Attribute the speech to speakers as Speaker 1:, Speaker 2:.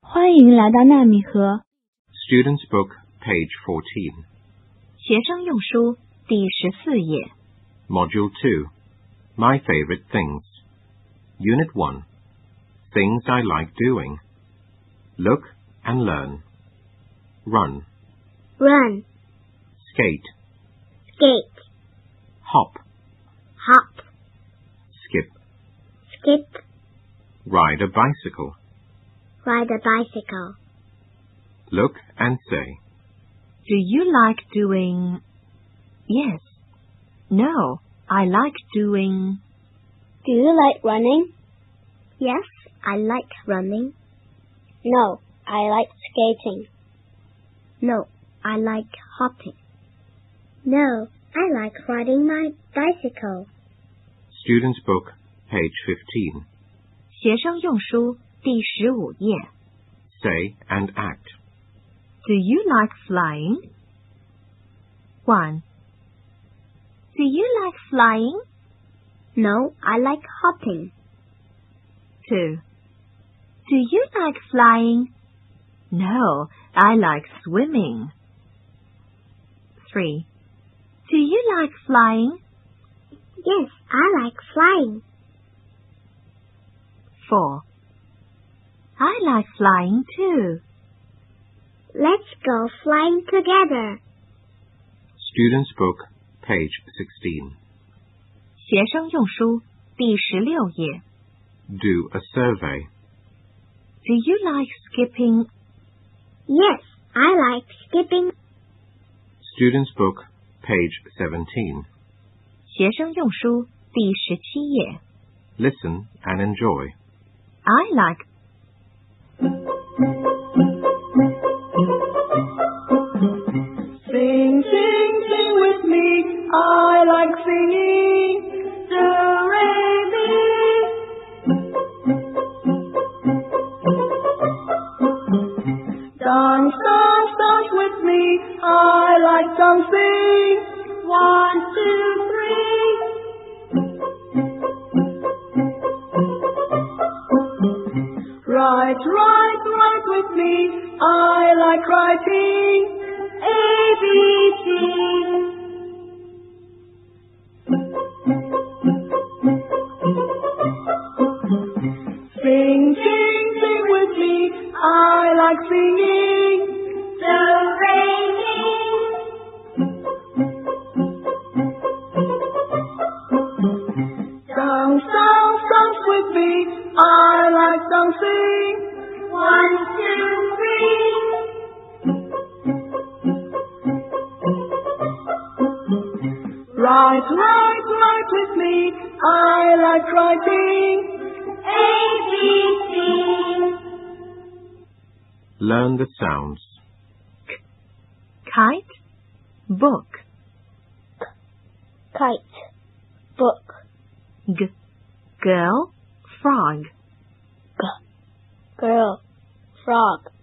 Speaker 1: 欢迎来到纳米盒
Speaker 2: Student's Book, page 14,
Speaker 3: 学生用书第十四页
Speaker 2: Module 2. My Favorite Things. Unit 1. Things I Like Doing. Look and learn. Run,
Speaker 4: run,
Speaker 2: skate,
Speaker 4: skate,
Speaker 2: hop,
Speaker 4: hop,
Speaker 2: skip,
Speaker 4: skip,
Speaker 2: ride a bicycle.
Speaker 4: ride a bicycle.
Speaker 2: Look and say.
Speaker 3: Do you like doing? Yes. No, I like doing.
Speaker 4: Do you like running? Yes, I like running. No, I like skating. No, I like hopping. No, I like riding my bicycle.
Speaker 2: Student's Book, page 15.
Speaker 3: 学生用书第十五页
Speaker 2: Say and act.
Speaker 3: Do you like flying? One. Do you like flying?
Speaker 4: No, I like hopping.
Speaker 3: Two. Do you like flying? No, I like swimming. Three. Do you like flying?
Speaker 4: Yes, I like flying.
Speaker 3: Four. I like flying too.
Speaker 4: Let's go flying together.
Speaker 2: Student's Book, page 16.
Speaker 3: 学生用书第十六页。
Speaker 2: Do a survey.
Speaker 3: Do you like skipping?
Speaker 4: Yes, I like skipping.
Speaker 2: Student's Book, page 17.
Speaker 3: 学生用书第十七页。
Speaker 2: Listen and enjoy.
Speaker 3: I like
Speaker 5: Sing, sing, sing with me. I like singing. Do, re, mi. Dance, dance, dance with me. I like dancing. One, two, three. Write, write, write with me. I like writing. A, B, C. Sing, sing, sing with me. I like singing. The raining. Dance, dance, dance with me. I like dancing. One, two, three. Right, right, right with me. I like writing. A, B, C.
Speaker 2: Learn the sounds.
Speaker 3: kite, book,
Speaker 4: Kite, book,
Speaker 3: g, girl, frog,
Speaker 4: girl, frog,